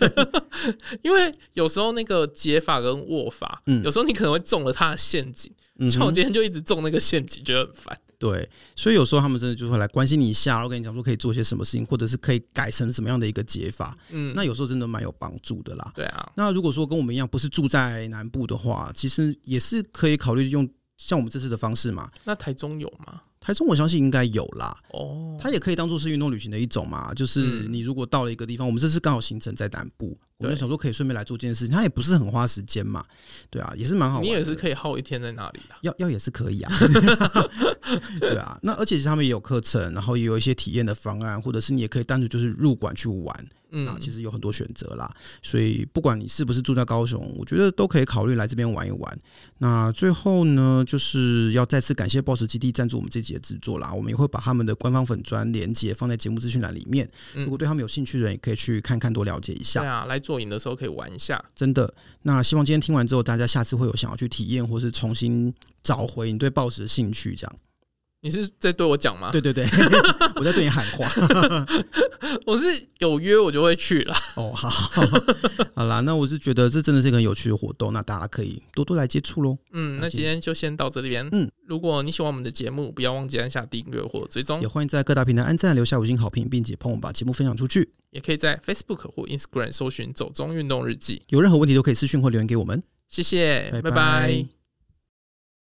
S1: 因为有时候那个解法跟握法，
S2: 嗯
S1: 有时候你可能会中了他的陷阱。
S2: 嗯
S1: 像我
S2: 哼，
S1: 今天就一直中那个陷阱，觉得很烦。
S2: 对，所以有时候他们真的就会来关心你一下，然后跟你讲说可以做些什么事情，或者是可以改成什么样的一个解法。
S1: 嗯，
S2: 那有时候真的蛮有帮助的啦。
S1: 对啊，
S2: 那如果说跟我们一样不是住在南部的话，其实也是可以考虑用像我们这次的方式嘛。
S1: 那台中有吗？
S2: 台中我相信应该有啦，
S1: 哦，
S2: 它也可以当做是运动旅行的一种嘛。就是
S1: 嗯
S2: 你如果到了一个地方，我们这次刚好行程在南部，我们
S1: 对
S2: 想说可以顺便来做这件事情，它也不是很花时间嘛，对啊，也是蛮好玩
S1: 你
S2: 的。
S1: 也是可以耗一天在那里啊。
S2: 要要也是可以 啊，对啊。那而且他们也有课程，然后也有一些体验的方案，或者是你也可以单独就是入馆去玩，那
S1: 嗯，
S2: 其实有很多选择啦。所以不管你是不是住在高雄，我觉得都可以考虑来这边玩一玩。那最后呢，就是要再次感谢 BOSS 基地赞助我们这集的制作啦，我们也会把他们的官方粉砖连接放在节目资讯栏里面，
S1: 嗯
S2: 如果对他们有兴趣的人，也可以去看看多了解一下
S1: 对。啊，来做影的时候可以玩一下。
S2: 真的。那希望今天听完之后，大家下次会有想要去体验，或是重新找回你对暴食的兴趣，这样。
S1: 你是在对我讲吗？
S2: 对对 对，我在对你喊话。
S1: 我是有约我就会去啦。
S2: 哦，好， 好啦，那我是觉得这真的是一个很有趣的活动，那大家可以多多来接触喽。
S1: 嗯，
S2: 那
S1: 那
S2: 今
S1: 今天就先到这里边。
S2: 嗯，
S1: 如果你喜欢我们的节目，不要忘记按下订阅或追踪
S2: 也，欢迎在各大平台按赞、留下五星好评，并且帮我们把节目分享出去。
S1: 也可以在 Facebook 或 Instagram 搜寻“走中运动日记
S2: 有任何问题都可以私讯或留言给我们。”。
S1: 谢谢，
S2: 哎拜
S1: 拜
S2: 拜
S1: 拜